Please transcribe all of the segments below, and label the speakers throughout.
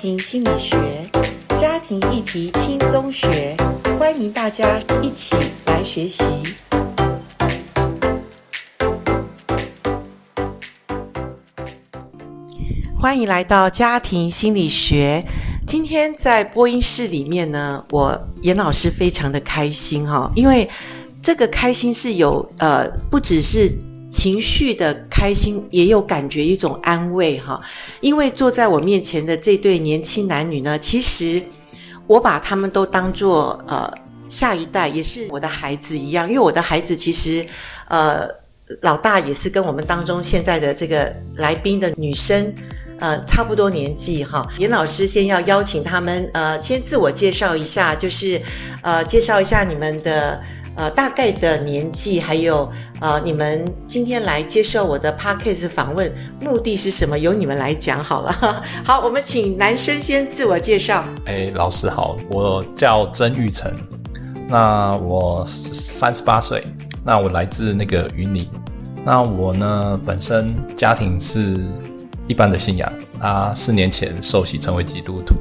Speaker 1: 庭心理学，家庭议题轻松学，欢迎大家一起来学习。欢迎来到家庭心理学。今天在播音室里面呢，我严老师非常的开心哈、因为这个开心是有呃，不只是情绪的开心，也有感觉一种安慰哈、因为坐在我面前的这对年轻男女呢，其实我把他们都当做呃下一代，也是我的孩子一样，因为我的孩子其实呃老大也是跟我们当中现在的这个来宾的女生。呃，差不多年纪哈，严老师先要邀请他们，呃，先自我介绍一下，就是，呃，介绍一下你们的呃大概的年纪，还有呃你们今天来接受我的 podcast 访问，目的是什么？由你们来讲好了。 好，我们请男生先自我介绍。
Speaker 2: 哎，老师好，我叫曾玉成，那我三十八岁，那我来自那个云林，那我呢本身家庭是一般的信仰啊，四年前受洗成为基督徒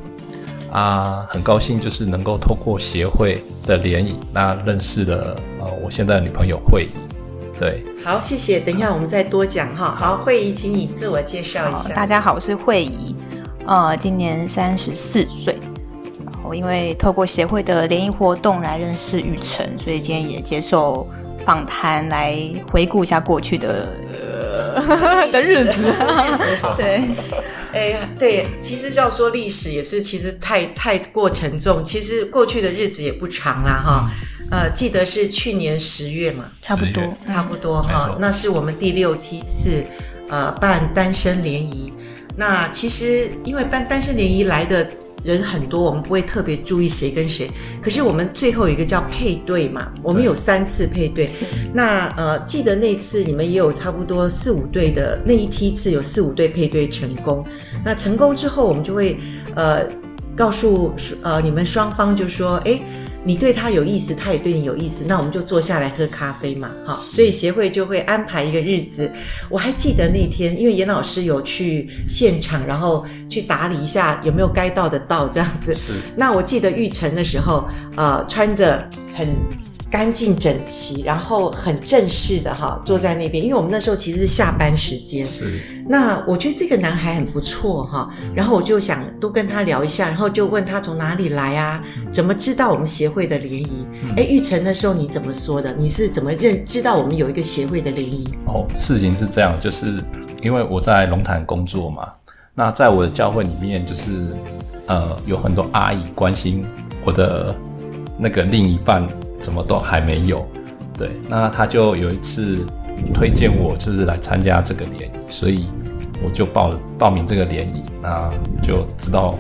Speaker 2: 啊，很高兴就是能够透过协会的联谊，那认识了呃我现在的女朋友慧仪，对，
Speaker 1: 好，谢谢。等一下我们再多讲哈。好，慧仪，请你自我介绍一
Speaker 3: 好，
Speaker 1: 下。
Speaker 3: 大家好，我是慧怡，呃，今年三十四岁。然后因为透过协会的联谊活动来认识玉成，所以今天也接受访谈来回顾一下过去的呃 的日子。对，
Speaker 1: 哎，对，其实要说历史也是，其实太太过沉重。其实过去的日子也不长啦，哈。
Speaker 3: 嗯
Speaker 1: 呃，记得是去年十月嘛，
Speaker 3: 差不
Speaker 2: 十
Speaker 3: 多呃
Speaker 2: 月，
Speaker 1: 差不多
Speaker 2: 嗯没
Speaker 1: 哈
Speaker 2: 错。
Speaker 1: 那是我们第六梯次，呃，办单身联谊。那其实因为办单身联谊来的人很多，我们不会特别注意谁跟谁。可是我们最后有一个叫配对嘛，我们
Speaker 2: 对
Speaker 1: 有三次配对。那呃，记得那次你们也有差不多四五对的那一梯次有四五对配对成功。那成功之后，我们就会呃告诉呃你们双方就说，哎，你对他有意思，他也对你有意思，那我们就坐下来喝咖啡嘛，哈。所以协会就会安排一个日子。我还记得那天，因为严老师有去现场，然后去打理一下有没有该到的到这样子。
Speaker 2: 是
Speaker 1: 那我记得玉成的时候，呃，穿着很干净整齐，然后很正式的哈，坐在那边，因为我们那时候其实是下班时间。
Speaker 2: 是
Speaker 1: 那我觉得这个男孩很不错哈，然后我就想多跟他聊一下，然后就问他从哪里来啊，怎么知道我们协会的联谊？哎，玉成那时候你怎么说的？你是怎么认知道我们有一个协会的联谊？
Speaker 2: 哦，事情是这样，就是因为我在龙潭工作嘛，那在我的教会里面，就是呃有很多阿姨关心我的那个另一半怎么都还没有，对，那他就有一次推荐我就是来参加这个联谊，所以我就报了报名这个联谊，那就知道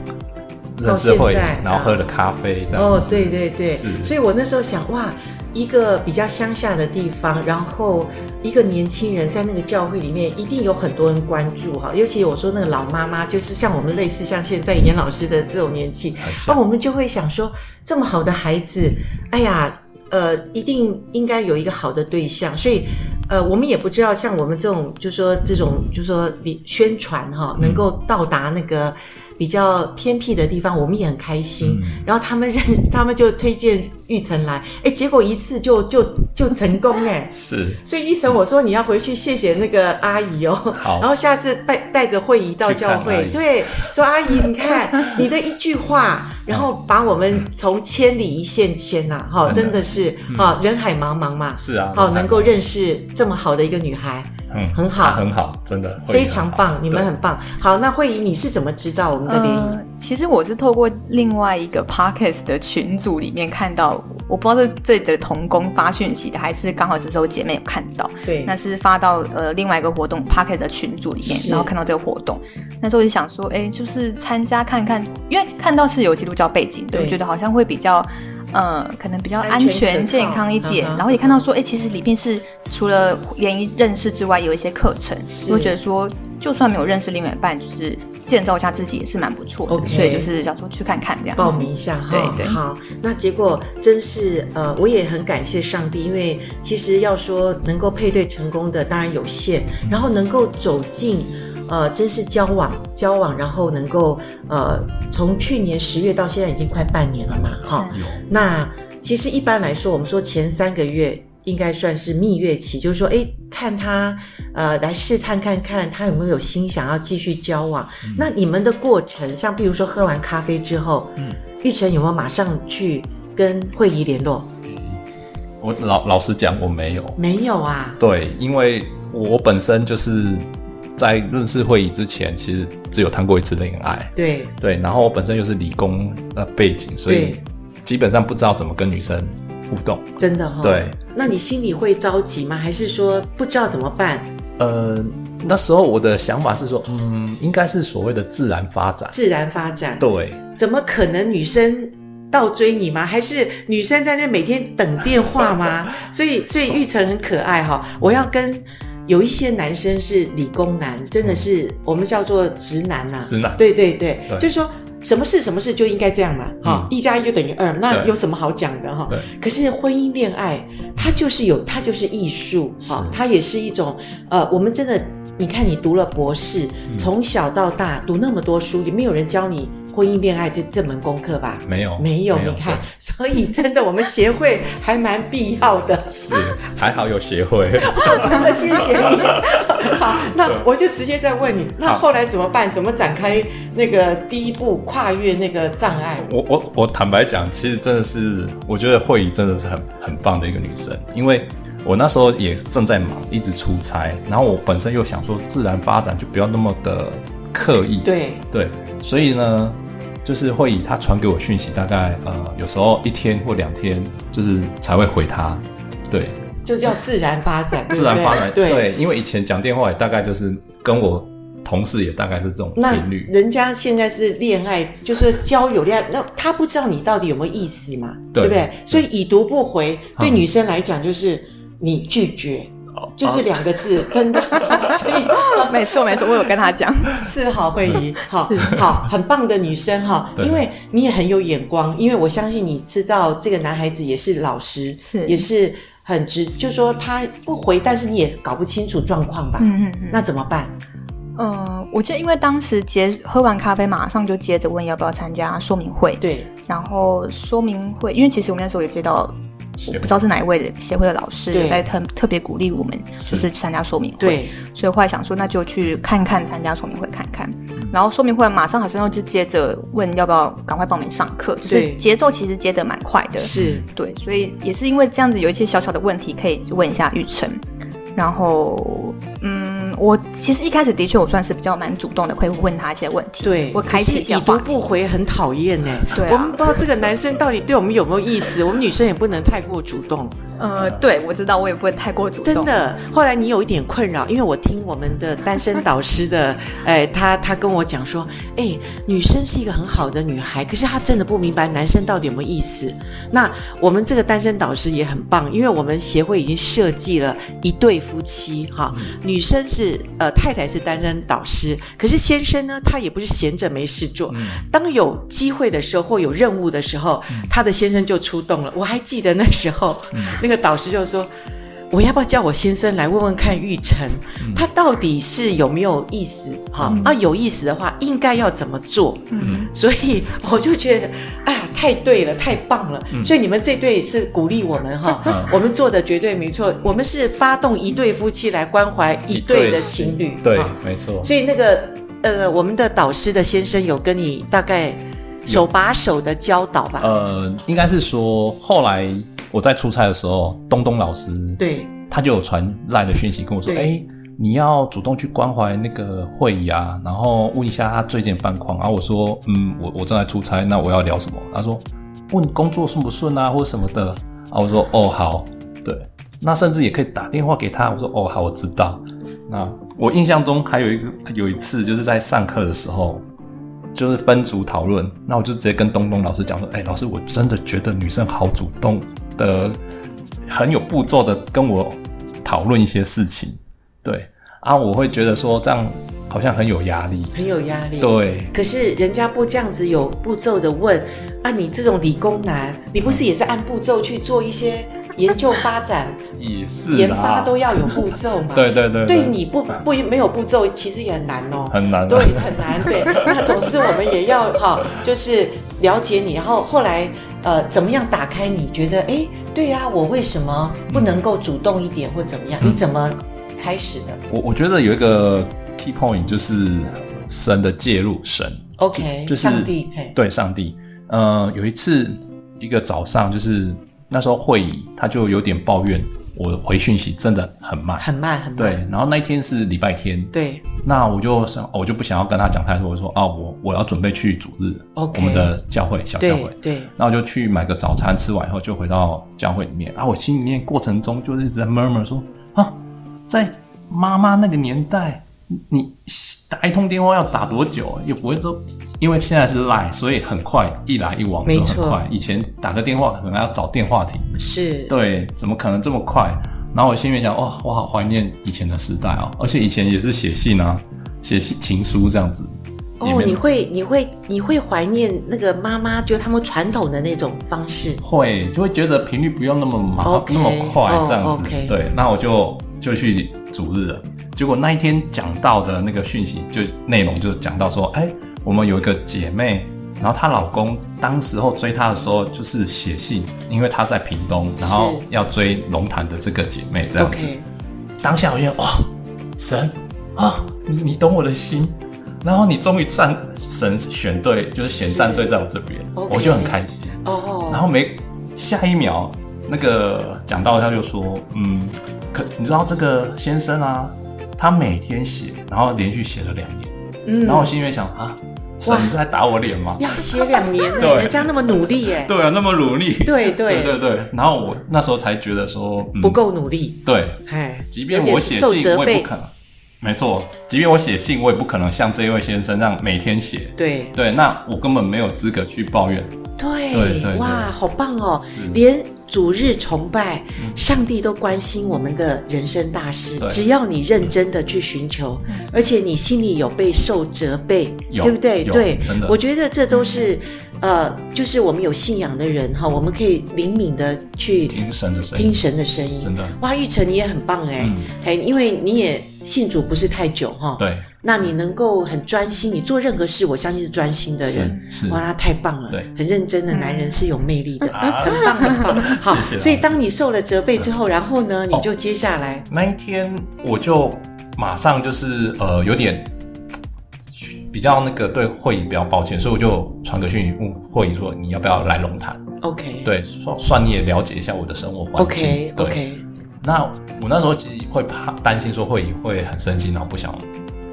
Speaker 2: 认识会
Speaker 1: 到现在，
Speaker 2: 然后喝了咖啡这样
Speaker 1: 哦，
Speaker 2: 子
Speaker 1: 对对对，
Speaker 2: 是
Speaker 1: 所以我那时候想，哇，一个比较乡下的地方，然后一个年轻人在那个教会里面，一定有很多人关注哈。尤其我说那个老妈妈，就是像我们类似像现在严老师的这种年纪，
Speaker 2: 很
Speaker 1: 那
Speaker 2: 像
Speaker 1: 我们就会想说，这么好的孩子，哎呀，呃，一定应该有一个好的对象，所以。呃，我们也不知道，像我们这种，就说这种，就说你宣传哈、能够到达那个比较偏僻的地方，我们也很开心。
Speaker 2: 嗯
Speaker 1: 然后他们认，他们就推荐玉成来，哎，结果一次就就就成功哎。
Speaker 2: 是
Speaker 1: 所以玉成，我说你要回去谢谢那个阿姨哦，
Speaker 2: 好
Speaker 1: 然后下次带带着慧仪到教
Speaker 2: 去看阿
Speaker 1: 会，
Speaker 2: 姨
Speaker 1: 对，说阿姨，你看你的一句话，然后把我们从千里一线牵呐、哈、真
Speaker 2: 真的
Speaker 1: 的是
Speaker 2: 嗯
Speaker 1: 哈、人海茫茫嘛，
Speaker 2: 是啊，
Speaker 1: 好、
Speaker 2: 龙潭
Speaker 1: 能够认识这么好的一个女孩，
Speaker 2: 嗯
Speaker 1: 很好
Speaker 2: 啊很好，真的会
Speaker 1: 非
Speaker 2: 很
Speaker 1: 常
Speaker 2: 好
Speaker 1: 棒，你们
Speaker 2: 对
Speaker 1: 很棒。好，那慧仪你是怎么知道我们的联谊？
Speaker 3: 呃，其实我是透过另外一个 podcast 的群组里面看到，我不知道是这里的童工发讯息的，还是刚好这时候姐妹有看到。
Speaker 1: 对，
Speaker 3: 那是发到呃另外一个活动 p a c k e t 的群组里面，
Speaker 1: 是
Speaker 3: 然后看到这个活动，那时候我就想说，哎，就是参加看看，因为看到是有基督教背景的，
Speaker 1: 对
Speaker 3: 我觉得好像会比较，呃，可能比较
Speaker 1: 安
Speaker 3: 安
Speaker 1: 全
Speaker 3: 全
Speaker 1: 可靠
Speaker 3: 健康一点
Speaker 1: 嗯。哼
Speaker 3: 然后也看到说，哎，其实里面是除了联谊认识之外，有一些课程，
Speaker 1: 是
Speaker 3: 我会觉得说，就算没有认识另外一半，就是建造一下自己也是蛮不错的
Speaker 1: OK
Speaker 3: 所以就是想说去看看这样子。
Speaker 1: 报 名一下哈。
Speaker 3: 嗯对对
Speaker 1: 好，那结果真是呃，我也很感谢上帝，因为
Speaker 3: 嗯
Speaker 1: 其实要说能够配对成功的当然有限，然后能够走进。呃，真是交往交往，然后能够呃，从去年十月到现在已经快半年了嘛，哈、
Speaker 3: 是
Speaker 2: 有
Speaker 1: 那其实一般来说，我们说前三个月应该算是蜜月期，就是说，哎，看他呃来试探看看他有没有心想要继续交往。那你们的过程，像比如说喝完咖啡之后，
Speaker 2: 嗯，
Speaker 1: 玉成有没有马上去跟慧仪联络？
Speaker 2: 我老老实讲，我没有。
Speaker 1: 没有啊，
Speaker 2: 对，因为我本身就是在认识会议之前，其实只有谈过一次恋爱。
Speaker 1: 对
Speaker 2: 对，然后我本身又是理工呃背景，所以
Speaker 1: 对
Speaker 2: 基本上不知道怎么跟女生互动。
Speaker 1: 真的哈、
Speaker 2: 对，
Speaker 1: 那你心里会着急吗？还是说不知道怎么办，
Speaker 2: 呃，那时候我的想法是说，嗯，应该是所谓的自然发展。
Speaker 1: 自然发展？
Speaker 2: 对，
Speaker 1: 怎么可能女生倒追你吗？还是女生在那每天等电话 吗？所以，所以玉成很可爱哈、我要跟有一些男生是理工男，真的是我们叫做直男啊呐、
Speaker 2: 直男
Speaker 1: 对对对，
Speaker 2: 对
Speaker 1: 就是说什么事什么事就应该这样嘛，哈、
Speaker 2: 嗯
Speaker 1: 一加一就等于二，那
Speaker 2: 对
Speaker 1: 有什么好讲的哈？
Speaker 2: 对，
Speaker 1: 可是婚姻恋爱，它就是有，它就是艺术，哈、
Speaker 2: 是
Speaker 1: 它也是一种，呃，我们真的，你看你读了博士，
Speaker 2: 嗯
Speaker 1: 从小到大读那么多书，也没有人教你婚姻恋爱这这门功课吧？
Speaker 2: 没有，
Speaker 1: 没有，你看， 所以真的，我们协会还蛮必要的。
Speaker 2: 对是还好有协会。
Speaker 1: 真的谢谢你。好，那我就直接再问你，那
Speaker 2: 好
Speaker 1: 后来怎么办？怎么展开那个第一步跨越那个障碍？
Speaker 2: 我我我坦白讲，其实真的是，我觉得慧仪真的是很很棒的一个女生，因为我那时候也正在忙，一直出差，然后我本身又想说自然发展就不要那么的刻意，
Speaker 1: 对，
Speaker 2: 对，所以呢，就是慧仪她传给我讯息，大概呃有时候一天或两天，就是才会回她，对，
Speaker 1: 这叫自然发展，对
Speaker 2: 自
Speaker 1: 不对
Speaker 2: 然发展，
Speaker 1: 对。
Speaker 2: 因为以前讲电话也大概就是跟我同事也大概是这种
Speaker 1: 那
Speaker 2: 频率，
Speaker 1: 人家现在是恋爱，就是交友恋爱，那他不知道你到底有没有意思嘛，
Speaker 2: 对
Speaker 1: 不对？所以已读不回，对
Speaker 2: 嗯
Speaker 1: 女生来讲就是你拒绝，
Speaker 2: 啊
Speaker 1: 就是两个字， 真的。 所以 哦
Speaker 3: 没错没错，我有跟他讲，
Speaker 1: 是好慧仪，好
Speaker 3: 是
Speaker 1: 好很棒的女生哈，
Speaker 2: 嗯对
Speaker 1: 因为你也很有眼光，因为我相信你知道这个男孩子也是老实，
Speaker 3: 是
Speaker 1: 也是很直，就说他不回，但是你也搞不清楚状况吧？
Speaker 3: 嗯嗯嗯，
Speaker 1: 那怎么办？
Speaker 3: 嗯，我记得因为当时接喝完咖啡，马上就接着问要不要参加说明会。，
Speaker 1: 对
Speaker 3: 然后说明会，因为其实我们那时候也接到，我不知道是哪一位的协会的老师
Speaker 1: 对
Speaker 3: 有在特特别鼓励我们，
Speaker 2: 是
Speaker 3: 就是去参加说明会。，
Speaker 1: 对，
Speaker 3: 所以后来想说，那就去看看参加说明会看看。
Speaker 1: 嗯
Speaker 3: 然后说明会马上好像又就接着问要不要赶快报名上课，就是
Speaker 1: 对
Speaker 3: 节奏其实接得蛮快的。
Speaker 1: 是
Speaker 3: 对，所以也是因为这样子有一些小小的问题可以问一下玉成。然后，嗯，我其实一开始的确我算是比较蛮主动的，会问他一些问题，
Speaker 1: 对，
Speaker 3: 我开启
Speaker 1: 是
Speaker 3: 一下
Speaker 1: 已
Speaker 3: 话
Speaker 1: 读
Speaker 3: 题
Speaker 1: 不回很讨厌呢。
Speaker 3: 对啊
Speaker 1: 我们不知道这个男生到底对我们有没有意思，我 们女生也不能太过主动，
Speaker 3: 呃，对，我知道，我也不会太过主动。
Speaker 1: 真，的。后来你有一点困扰，因为我听我们的单身导师 的，哎，他他跟我讲说，哎，女生是一个很好的女孩，可是她真的不明白男生到底有没有意思。那我们这个单身导师也很棒，因为我们协会已经设计了一对夫妻哈，
Speaker 3: 嗯
Speaker 1: 女生是呃太太是单身导师，可是先生呢，他也不是闲着没事做，
Speaker 2: 嗯
Speaker 1: 当有机会的时候或有任务的时候，他的先生就出动了。我还记得那时 候，
Speaker 2: 嗯
Speaker 1: 那个导师就说。我要不要叫我先生来问问看玉成，
Speaker 2: 嗯
Speaker 1: 他到底是有没有意思？哈、
Speaker 3: 嗯
Speaker 1: 啊，有意思的话，应该要怎么做？
Speaker 3: 嗯，
Speaker 1: 所以我就觉得，哎呀，太对了，太棒了！
Speaker 2: 嗯
Speaker 1: 所以你们这对是鼓励我们哈，
Speaker 2: 嗯
Speaker 1: 我们做的绝对没错，我们是发动一对夫妻来关怀一对的情侣，
Speaker 2: 对
Speaker 1: 哈，
Speaker 2: 没错，
Speaker 1: 所以那个呃，我们的导师的先生有跟你大概手把手的教导吧？
Speaker 2: 呃，应该是说后来我在出差的时候，东东老师
Speaker 1: 对，
Speaker 2: 他就有传赖的讯息跟我说，
Speaker 1: 对
Speaker 2: 哎、你要主动去关怀那个会议啊，然后问一下他最近的办况。然后我说，嗯，我我正在出差，那我要聊什么？他说，问工作顺不顺啊，或什么的。啊，我说，哦，好，对，那甚至也可以打电话给他。我说，哦，好，我知道。那我印象中还有一个有一次就是在上课的时候，就是分组讨论，那我就直接跟东东老师讲说，哎、老师，我真的觉得女生好主动的，很有步骤的跟我讨论一些事情，对啊，我会觉得说这样好像很有压力，
Speaker 1: 很有压力。。
Speaker 2: 对，
Speaker 1: 可是人家不这样子有步骤的问 啊，你这种理工男，你不是也是按步骤去做一些研究发展，
Speaker 2: 也是
Speaker 1: 研发
Speaker 2: 啦，
Speaker 1: 都要有步骤嘛。
Speaker 2: 对对对
Speaker 1: 对
Speaker 2: 对
Speaker 1: 你不不没有步骤，其实也很难哦。
Speaker 2: 很难啊
Speaker 1: 对，很难。对， 那总是我们也要哈，就是了解你，然后后来呃，怎么样打开你觉得哎，对呀、我为什么不能够主动一点或怎么样？
Speaker 2: 嗯
Speaker 1: 你怎么开始的
Speaker 2: 我我觉得有一个 key point 就是神的介入，神
Speaker 1: ？OK，
Speaker 2: 就是
Speaker 1: 哎上帝，嘿，
Speaker 2: 对上帝。呃，有一次一个早上，就是那时候会议，他就有点抱怨我回讯息真的很慢。
Speaker 1: 很慢很慢。
Speaker 2: 对，然后那一天是礼拜天，
Speaker 1: 对
Speaker 2: 那我就想，我就不想要跟他讲太多，我说啊，我我要准备去主日
Speaker 1: OK
Speaker 2: 我们的教会小教
Speaker 1: 对
Speaker 2: 会。
Speaker 1: 对，
Speaker 2: 然后就去买个早餐，吃完以后就回到教会里面。然后我心里面过程中就是一直在 murmur 说啊，在妈妈那个年代，你你打一通电话要打多久？啊也不会说，因为现在是 line，所以很快，一来一往
Speaker 1: 没
Speaker 2: 就很
Speaker 1: 错
Speaker 2: 快。以前打个电话可能还要找电话亭，
Speaker 1: 是，
Speaker 2: 对，怎么可能这么快？然后我心里面想，哇、我好怀念以前的时代哦，而且以前也是写信啊，写信情书这样子。也
Speaker 1: 哦，
Speaker 2: 没
Speaker 1: 你会你会你会怀念那个妈妈，就他们传统的那种方式。
Speaker 2: 会就会觉得频率不用那么麻
Speaker 1: OK，
Speaker 2: 那么快
Speaker 1: 哦
Speaker 2: 这样子。
Speaker 1: OK
Speaker 2: 对，那我就就去主日了。结果那一天讲到的那个讯息，就内容就讲到说，哎，我们有一个姐妹，然后她老公当时候追她的时候，就是写信，因为她在屏东，然后
Speaker 1: 是
Speaker 2: 要追龙潭的这个姐妹这样子。
Speaker 1: OK，
Speaker 2: 当下我就哇，神啊，你你懂我的心，然后你终于站神选对，就是选
Speaker 1: 是
Speaker 2: 战队在我这边，
Speaker 1: OK
Speaker 2: 我就很开心。
Speaker 1: 哦，
Speaker 2: 然后没下一秒，那个讲到他就说，嗯，可你知道这个先生啊，他每天写，然后连续写了两年，
Speaker 1: 嗯
Speaker 2: 然后我心里面想啊，神
Speaker 1: 哇
Speaker 2: 在打我脸吗？
Speaker 1: 要写两年呢、
Speaker 2: 对
Speaker 1: 人家那么努力耶、
Speaker 2: 对啊，那么努力，
Speaker 1: 对对
Speaker 2: 对对对，然后我那时候才觉得说、嗯、
Speaker 1: 不，够努力，
Speaker 2: 对，
Speaker 1: 哎，
Speaker 2: 即便
Speaker 1: 有点
Speaker 2: 我写
Speaker 1: 受
Speaker 2: 信，
Speaker 1: 责
Speaker 2: 我也
Speaker 1: 备
Speaker 2: 不，可能，没错，即便我写信，我也不可能像这位先生这样每天写，
Speaker 1: 对
Speaker 2: 对，那我根本没有资格去抱怨，
Speaker 1: 对
Speaker 2: 对对
Speaker 1: 哇，
Speaker 2: 对
Speaker 1: 好棒哦
Speaker 2: 是！
Speaker 1: 连主日崇拜，
Speaker 2: 嗯
Speaker 1: 上帝都关心我们的人生大事。
Speaker 2: 对
Speaker 1: 只要你认真的去寻求，
Speaker 3: 嗯
Speaker 1: 而且你心里有被受责备，
Speaker 2: 有
Speaker 1: 对不对？
Speaker 2: 有
Speaker 1: 对
Speaker 2: 真的，嗯
Speaker 1: 我觉得这都是，呃，就是我们有信仰的人哈，我们可以灵敏的去
Speaker 2: 听神的声音
Speaker 1: 听，神的声音。
Speaker 2: 真的，
Speaker 1: 哇，玉成你也很棒哎、
Speaker 2: 嗯
Speaker 1: 哎，因为你也信主不是太久哈，，
Speaker 2: 对，
Speaker 1: 那你能够很专心，你做任何事，我相信是专心的人。
Speaker 2: 是是。
Speaker 1: 哇，他太棒了！
Speaker 2: 对
Speaker 1: 很认真的
Speaker 3: 嗯
Speaker 1: 男人是有魅力的，
Speaker 2: 啊
Speaker 1: 很棒很棒。好，
Speaker 2: 谢谢啊
Speaker 1: 所以当你受了责备之后，然后呢，你
Speaker 2: 哦
Speaker 1: 就接下来，
Speaker 2: 那一天我就马上就是呃有点比较那个对会议比较抱歉，所以我就传个讯息问会议说你要不要来龙潭？
Speaker 1: OK，
Speaker 2: 对，算算你也了解一下我的生活环境。
Speaker 1: ，OK
Speaker 2: 对
Speaker 1: OK，
Speaker 2: 那我那时候其实会怕担心说会议会很生气，然后不想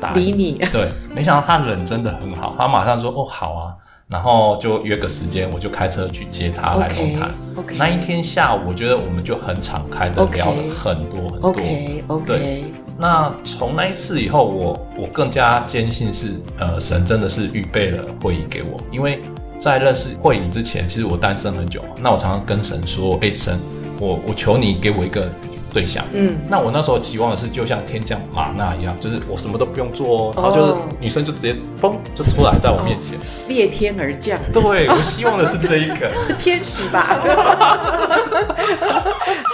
Speaker 2: 答
Speaker 1: 理。你
Speaker 2: 对，没想到他人真的很好，他马上说哦好啊，然后就约个时间，我就开车去接他来龙
Speaker 1: OK
Speaker 2: 潭。
Speaker 1: OK，
Speaker 2: 那一天下午，我觉得我们就很敞开的
Speaker 1: OK
Speaker 2: 聊了很多很多。
Speaker 1: OK OK
Speaker 2: 对那从那一次以后，我我更加坚信是，呃，神真的是预备了会议给我，因为在认识会议之前，其实我单身很久嘛，那我常常跟神说，哎、神，我我求你给我一个对象。
Speaker 1: 嗯，
Speaker 2: 那我那时候期望的是，就像天降玛纳一样，就是我什么都不用做哦，然后就是
Speaker 1: 哦
Speaker 2: 女生就直接嘣就出来在我面 前。
Speaker 1: 裂天而降，
Speaker 2: 对，我希望的是这一 个。
Speaker 1: 天使吧。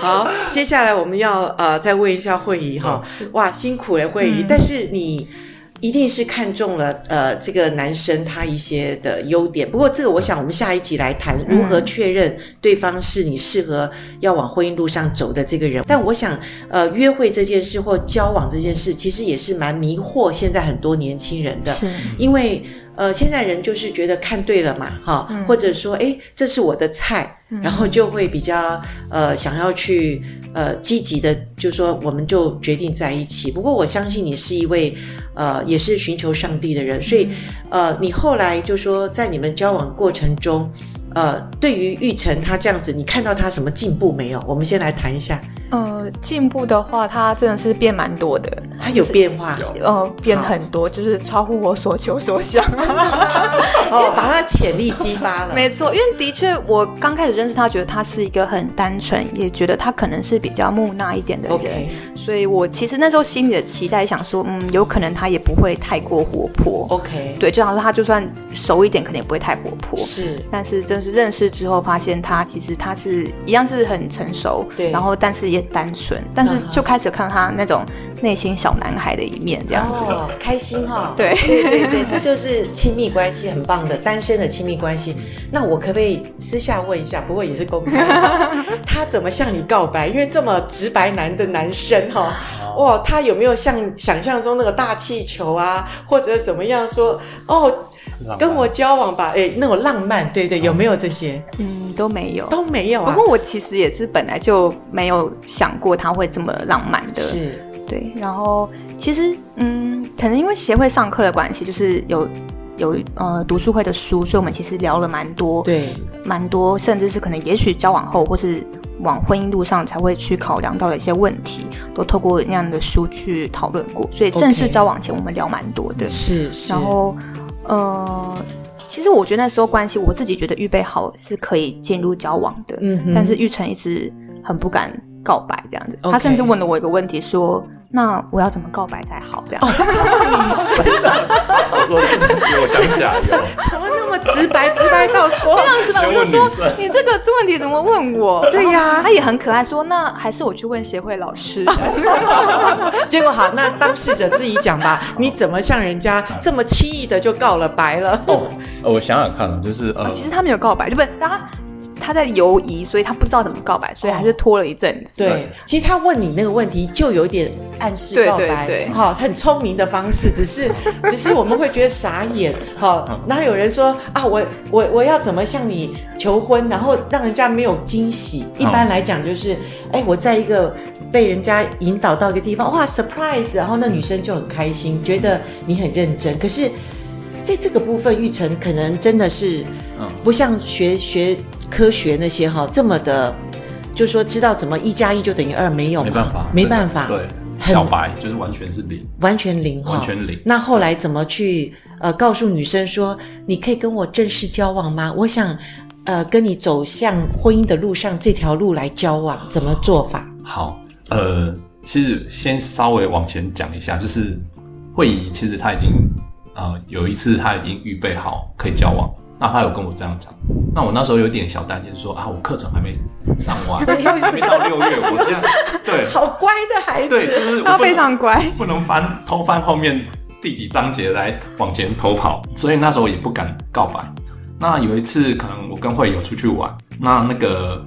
Speaker 1: 好，接下来我们要呃再问一下慧仪哈，哇，辛苦了慧仪，
Speaker 3: 嗯
Speaker 1: 但是你。一定是看中了呃这个男生他一些的优点，不过这个我想我们下一集来谈如何确认对方是你适合要往婚姻路上走的这个人。但我想呃约会这件事或交往这件事，其实也是蛮迷惑现在很多年轻人的。
Speaker 3: 是
Speaker 1: 因为呃，现在人就是觉得看对了嘛，哈，
Speaker 3: 嗯
Speaker 1: 或者说，哎，这是我的菜，
Speaker 3: 嗯
Speaker 1: 然后就会比较呃想要去呃积极的，就说我们就决定在一起。不过我相信你是一位呃也是寻求上帝的人，所以
Speaker 3: 嗯
Speaker 1: 呃你后来就说在你们交往过程中。呃，对于玉成他这样子，你看到他什么进步没有？我们先来谈一下，
Speaker 3: 呃，进步的话，它真的是变蛮多的，
Speaker 1: 他有变化，
Speaker 2: 有
Speaker 3: 呃变很多，就是超乎我所求所想。
Speaker 1: 哦，把他的潜力激发了，
Speaker 3: 没错，因为的确，我刚开始认识他，觉得他是一个很单纯，也觉得他可能是比较木讷一点的人。
Speaker 1: OK
Speaker 3: 所以我其实那时候心里的期待，想说，嗯，有可能他也不会太过活泼。
Speaker 1: ，OK，
Speaker 3: 对，就想说他就算熟一点，可能也不会太活泼。
Speaker 1: 是
Speaker 3: 但是正式认识之后，发现他其实他是一样是很成熟，
Speaker 1: 对嗯
Speaker 3: 然后但是也也单纯，但是就开始看他那种内心小男孩的一面，这样子。
Speaker 1: 哦，开心哈、
Speaker 3: 对
Speaker 1: 对对对，这就是亲密关系，很棒的单身的亲密关系。那我可不可以私下问一下？不过也是公开的，他怎么向你告白？因为这么直白男的男生哈、哇，他有没有像想象中那个大气球啊，或者怎么样说哦，跟我交往吧？哎，那种浪漫，对对，有没有这些？
Speaker 3: 嗯，都没有。
Speaker 1: 都没有
Speaker 3: 不
Speaker 1: 啊。
Speaker 3: 过我其实也是本来就没有想过他会这么浪漫的，
Speaker 1: 是
Speaker 3: 对。然后其实嗯，可能因为协会上课的关系，就是有有呃读书会的书，所以我们其实聊了蛮多，
Speaker 1: 对
Speaker 3: 蛮多，甚至是可能也许交往后或是往婚姻路上才会去考量到的一些问题，都透过那样的书去讨论过。所以正式
Speaker 1: OK
Speaker 3: 交往前，我们聊蛮多的。
Speaker 1: 是是，
Speaker 3: 然后，呃，其实我觉得那时候关系，我自己觉得预备好是可以进入交往的，
Speaker 1: 嗯哼
Speaker 3: 但是玉成一直很不敢告白这样子，
Speaker 1: OK
Speaker 3: 他甚至问了我一个问题说。那我要怎么告白才好？这样、
Speaker 1: 哦
Speaker 2: 我说有想起来 有，
Speaker 1: 怎么那么直白，直白到说
Speaker 3: 这样子的，
Speaker 2: 先
Speaker 3: 我
Speaker 2: 问
Speaker 3: 就说
Speaker 2: 女生
Speaker 3: 你这个这问题怎么问我？
Speaker 1: 对呀
Speaker 3: 然后他也很可爱，说那还是我去问协会老师。
Speaker 1: 哦 结果好，那当事者自己讲吧，你怎么向人家这么轻易的就告了白了？
Speaker 2: 哦，呃我想想看啊，就是呃，
Speaker 3: 哦其实他没有告白，就不是他他在犹疑，所以他不知道怎么告白，所以还是拖了一阵子。
Speaker 1: 哦对，其实他问你那个问题，就有点暗示告白，
Speaker 3: 对对对
Speaker 1: 好、很聪明的方式，只 是只是我们会觉得傻眼，好、
Speaker 3: 嗯
Speaker 1: 哪有人说啊，我我我要怎么向你求婚，然后让人家没有惊喜？
Speaker 3: 嗯
Speaker 1: 一般来讲就是，哎，我在一个被人家引导到一个地方，哇，surprise，然后那女生就很开心，觉得你很认真，可是。在这个部分，玉成可能真的是
Speaker 2: 嗯
Speaker 1: 不像学学科学那些哈这么的，就说知道怎么一加一就等于二，没有嘛
Speaker 2: 没办法，
Speaker 1: 没办法，
Speaker 2: 对，
Speaker 1: 很
Speaker 2: 小白就是完全是零，
Speaker 1: 完全零哈，
Speaker 2: 完全零
Speaker 1: 那后来怎么去呃告诉女生说，你可以跟我正式交往吗？我想呃跟你走向婚姻的路上这条路来交往，怎么做法？
Speaker 2: 好，呃，其实先稍微往前讲一下，就是慧仪，其实她已经呃有一次她已经预备好可以交往，那她有跟我这样讲，那我那时候有点小担心说啊，我课程还没上 完，还没到六月，我这样对
Speaker 1: 好乖的孩子，
Speaker 2: 对，就是我
Speaker 3: 他
Speaker 2: 不能
Speaker 3: 非常乖。
Speaker 2: 不能翻偷翻后面第几章节来往前偷跑，所以那时候也不敢告白。那有一次，可能我跟慧友出去玩，那那个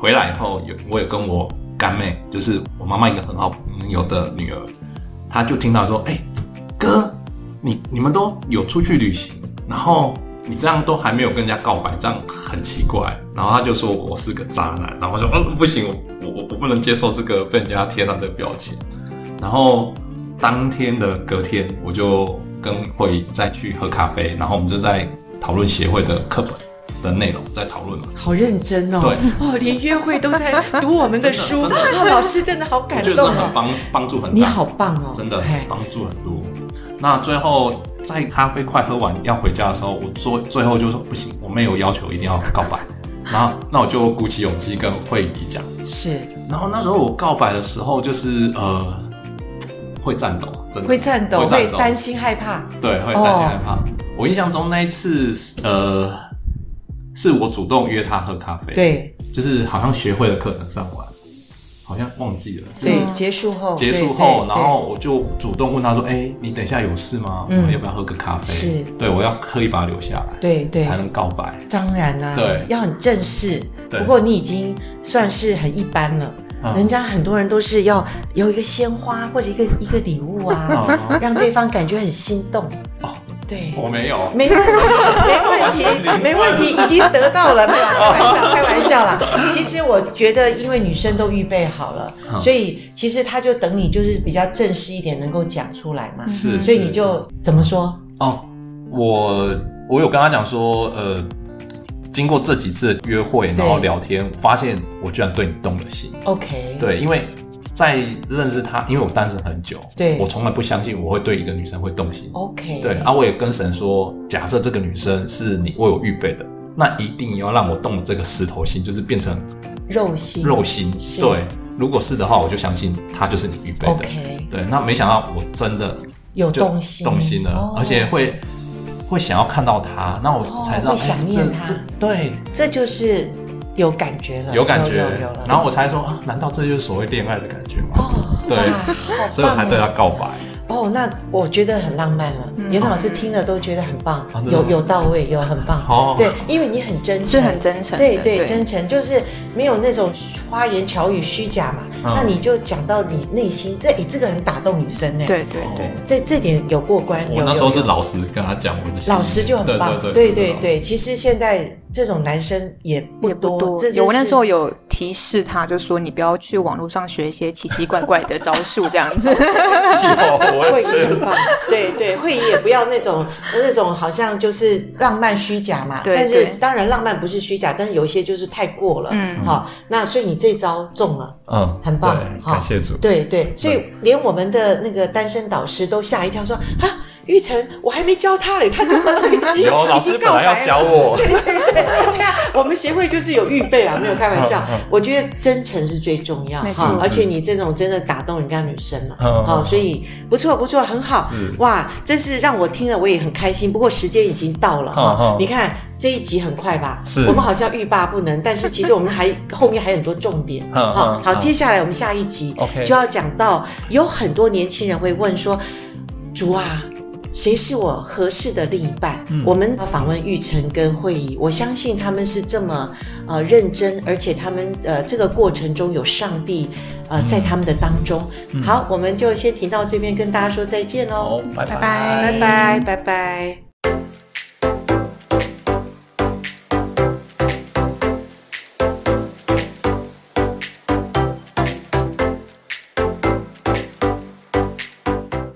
Speaker 2: 回来以后，有我有跟我干妹，就是我妈妈一个很好朋友的女儿，她就听到说：“哎、哥，你你们都有出去旅行，然后你这样都还没有跟人家告白，这样很奇怪。然后他就说我是个渣男，然后我说哦不行，我我我不能接受这个被人家贴上这个标签。然后当天的隔天，我就跟会再去喝咖啡，然后我们就在讨论协会的课本的内容，在讨论嘛。
Speaker 1: 好认真哦，
Speaker 2: 对
Speaker 1: 哦，连约会都在读我们的书，
Speaker 2: 真的真 的
Speaker 1: 哦，老师真的好
Speaker 2: 我
Speaker 1: 感
Speaker 2: 觉得
Speaker 1: 动
Speaker 2: 真的很
Speaker 1: 哦，
Speaker 2: 帮帮助很大。
Speaker 1: 你好棒哦，
Speaker 2: 真的
Speaker 1: 嘿
Speaker 2: 帮助很多。那最后在咖啡快喝完要回家的时候，我最最后就说不行，我妹有要求一定要告白， 然后那我就鼓起勇气跟慧仪讲。
Speaker 1: 是
Speaker 2: 然后那时候我告白的时候，就是呃会颤抖，真的
Speaker 1: 会颤抖，
Speaker 2: 会
Speaker 1: 会
Speaker 2: 颤抖，
Speaker 1: 担心害怕，
Speaker 2: 对，会担心害怕。
Speaker 1: 哦
Speaker 2: 我印象中那一次是呃是我主动约她喝咖啡，，
Speaker 1: 对
Speaker 2: 就是好像学会的课程上完，好像忘记了，就是
Speaker 1: 对，
Speaker 3: 嗯
Speaker 1: 结束后，
Speaker 2: 结束
Speaker 1: 对
Speaker 2: 后，
Speaker 1: 对
Speaker 2: 然后我就主动问他说：“哎、你等一下有事吗？
Speaker 1: 嗯
Speaker 2: 我们要不要喝个咖啡？”
Speaker 1: 是
Speaker 2: 对我要刻意把他留下来，
Speaker 1: 对对，
Speaker 2: 才能告白。
Speaker 1: 当然啦、
Speaker 2: 对
Speaker 1: 要很正式。
Speaker 2: 对
Speaker 1: 不过你已经算是很一般了，
Speaker 2: 嗯
Speaker 1: 人家很多人都是要有一个鲜花或者一个一个礼物啊，
Speaker 2: 哦
Speaker 1: 让对方感觉很心动。
Speaker 2: 哦，
Speaker 1: 对，
Speaker 2: 我没有，
Speaker 1: 没问题，没问题，没问题，已经得到了， 没有开玩笑，开玩笑啦。其实我觉得，因为女生都预备好了，
Speaker 2: 好
Speaker 1: 所以其实她就等你就是比较正式一点，能够讲出来嘛。
Speaker 2: 是，
Speaker 1: 所以你
Speaker 2: 是
Speaker 1: 就怎么说？
Speaker 2: 哦，我我有跟他讲说，呃，经过这几次的约会，
Speaker 1: 对
Speaker 2: 然后聊天，发现我居然对你动了心。
Speaker 1: OK，，
Speaker 2: 对，因为在认识他，因为我单身很久，
Speaker 1: 对
Speaker 2: 我从来不相信我会对一个女生会动心。
Speaker 1: ，OK，
Speaker 2: 对，啊，我也跟神说，假设这个女生是你为我预备的，那一定要让我动了这个石头心，就是变成
Speaker 1: 肉心，
Speaker 2: 肉心。
Speaker 1: 是
Speaker 2: 对，如果是的话，我就相信她就是你预备的。
Speaker 1: OK
Speaker 2: 对，那没想到我真的
Speaker 1: 有
Speaker 2: 就
Speaker 1: 动心，
Speaker 2: 动心了，
Speaker 1: 哦
Speaker 2: 而且会会想要看到她，那我才知道，
Speaker 1: 哦会想
Speaker 2: 哎
Speaker 1: 念
Speaker 2: 这
Speaker 1: 她
Speaker 2: 这对
Speaker 1: 这就是有感觉了，
Speaker 2: 有感觉
Speaker 1: 有有了。
Speaker 2: 然后我才说，啊难道这就是所谓恋爱的感觉吗？
Speaker 1: 哦，
Speaker 2: 对
Speaker 1: 哇好棒哦
Speaker 2: 所以我还对他告白。
Speaker 1: 哦，那我觉得很浪漫了。
Speaker 3: 嗯
Speaker 1: 严老师听了都觉得很棒
Speaker 2: 啊真，的
Speaker 1: 有
Speaker 2: 吗
Speaker 1: 有到位，有很棒。
Speaker 2: 哦
Speaker 1: 对，因为你很真诚，
Speaker 3: 是很真诚的
Speaker 1: 对对，
Speaker 3: 对
Speaker 1: 真诚就是没有那种花言巧语、虚假嘛。
Speaker 2: 嗯
Speaker 1: 那你就讲到你内心，这你这个很打动女生呢。，
Speaker 3: 对对对，
Speaker 1: 这这点有过关。
Speaker 2: 我
Speaker 1: 有
Speaker 2: 那时候
Speaker 1: 有
Speaker 2: 是
Speaker 1: 有
Speaker 2: 老实跟他讲我的心里，
Speaker 1: 老师就很棒，对
Speaker 2: 对
Speaker 1: 对
Speaker 2: 对对，
Speaker 1: 对。其实现在这种男生也不
Speaker 3: 也不
Speaker 1: 多，
Speaker 3: 多
Speaker 1: 这。就是
Speaker 3: 有我那时候有提示他，就说你不要去网络上学一些奇奇怪怪的招数，这样子。
Speaker 2: 有我
Speaker 1: 会
Speaker 2: 也
Speaker 1: 议
Speaker 2: 是
Speaker 1: 很棒， 对对，会议也不要那种那种好像就是浪漫虚假嘛。
Speaker 3: 对
Speaker 1: 但是
Speaker 3: 对
Speaker 1: 当然浪漫不是虚假，但是有一些就是太过了。
Speaker 3: 嗯
Speaker 1: 好、那所以你这招中了。
Speaker 2: 嗯，
Speaker 1: 很棒
Speaker 2: 对
Speaker 1: 好
Speaker 2: 感谢主。
Speaker 1: 对对，所以连我们的那个单身导师都吓一跳说，啊，玉成，我还没教他嘞， 他就已经
Speaker 2: 有老师本来要教。我，
Speaker 1: 已经告白了对对对，对啊我们协会就是有预备啦，没有开玩笑
Speaker 2: 嗯嗯。
Speaker 1: 我觉得真诚是最重要
Speaker 3: 没
Speaker 1: 哈
Speaker 3: 错，
Speaker 1: 而且你这种真的打动人家女生了，
Speaker 2: 嗯嗯
Speaker 1: 哦
Speaker 2: 嗯，
Speaker 1: 所以不错不错，很好
Speaker 2: 是，
Speaker 1: 哇，真是让我听了我也很开心。不过时间已经到了哈
Speaker 2: 嗯嗯，
Speaker 1: 你看这一集很快吧？
Speaker 2: 是
Speaker 1: 我们好像欲罢不能，但是其实我们还后面还有很多重点。
Speaker 2: 嗯嗯
Speaker 1: 好，好，
Speaker 2: 嗯
Speaker 1: 接下来我们下一集
Speaker 2: OK
Speaker 1: 就要讲到，有很多年轻人会问说：“主啊，谁是我合适的另一半？”
Speaker 2: 嗯
Speaker 1: 我们要访问玉成跟慧仪，我相信他们是这么呃认真，而且他们呃这个过程中有上帝呃在他们的当中。
Speaker 2: 嗯
Speaker 1: 好，我们就先停到这边，跟大家说再见喽，
Speaker 2: 好，拜
Speaker 3: 拜
Speaker 1: 拜拜拜拜。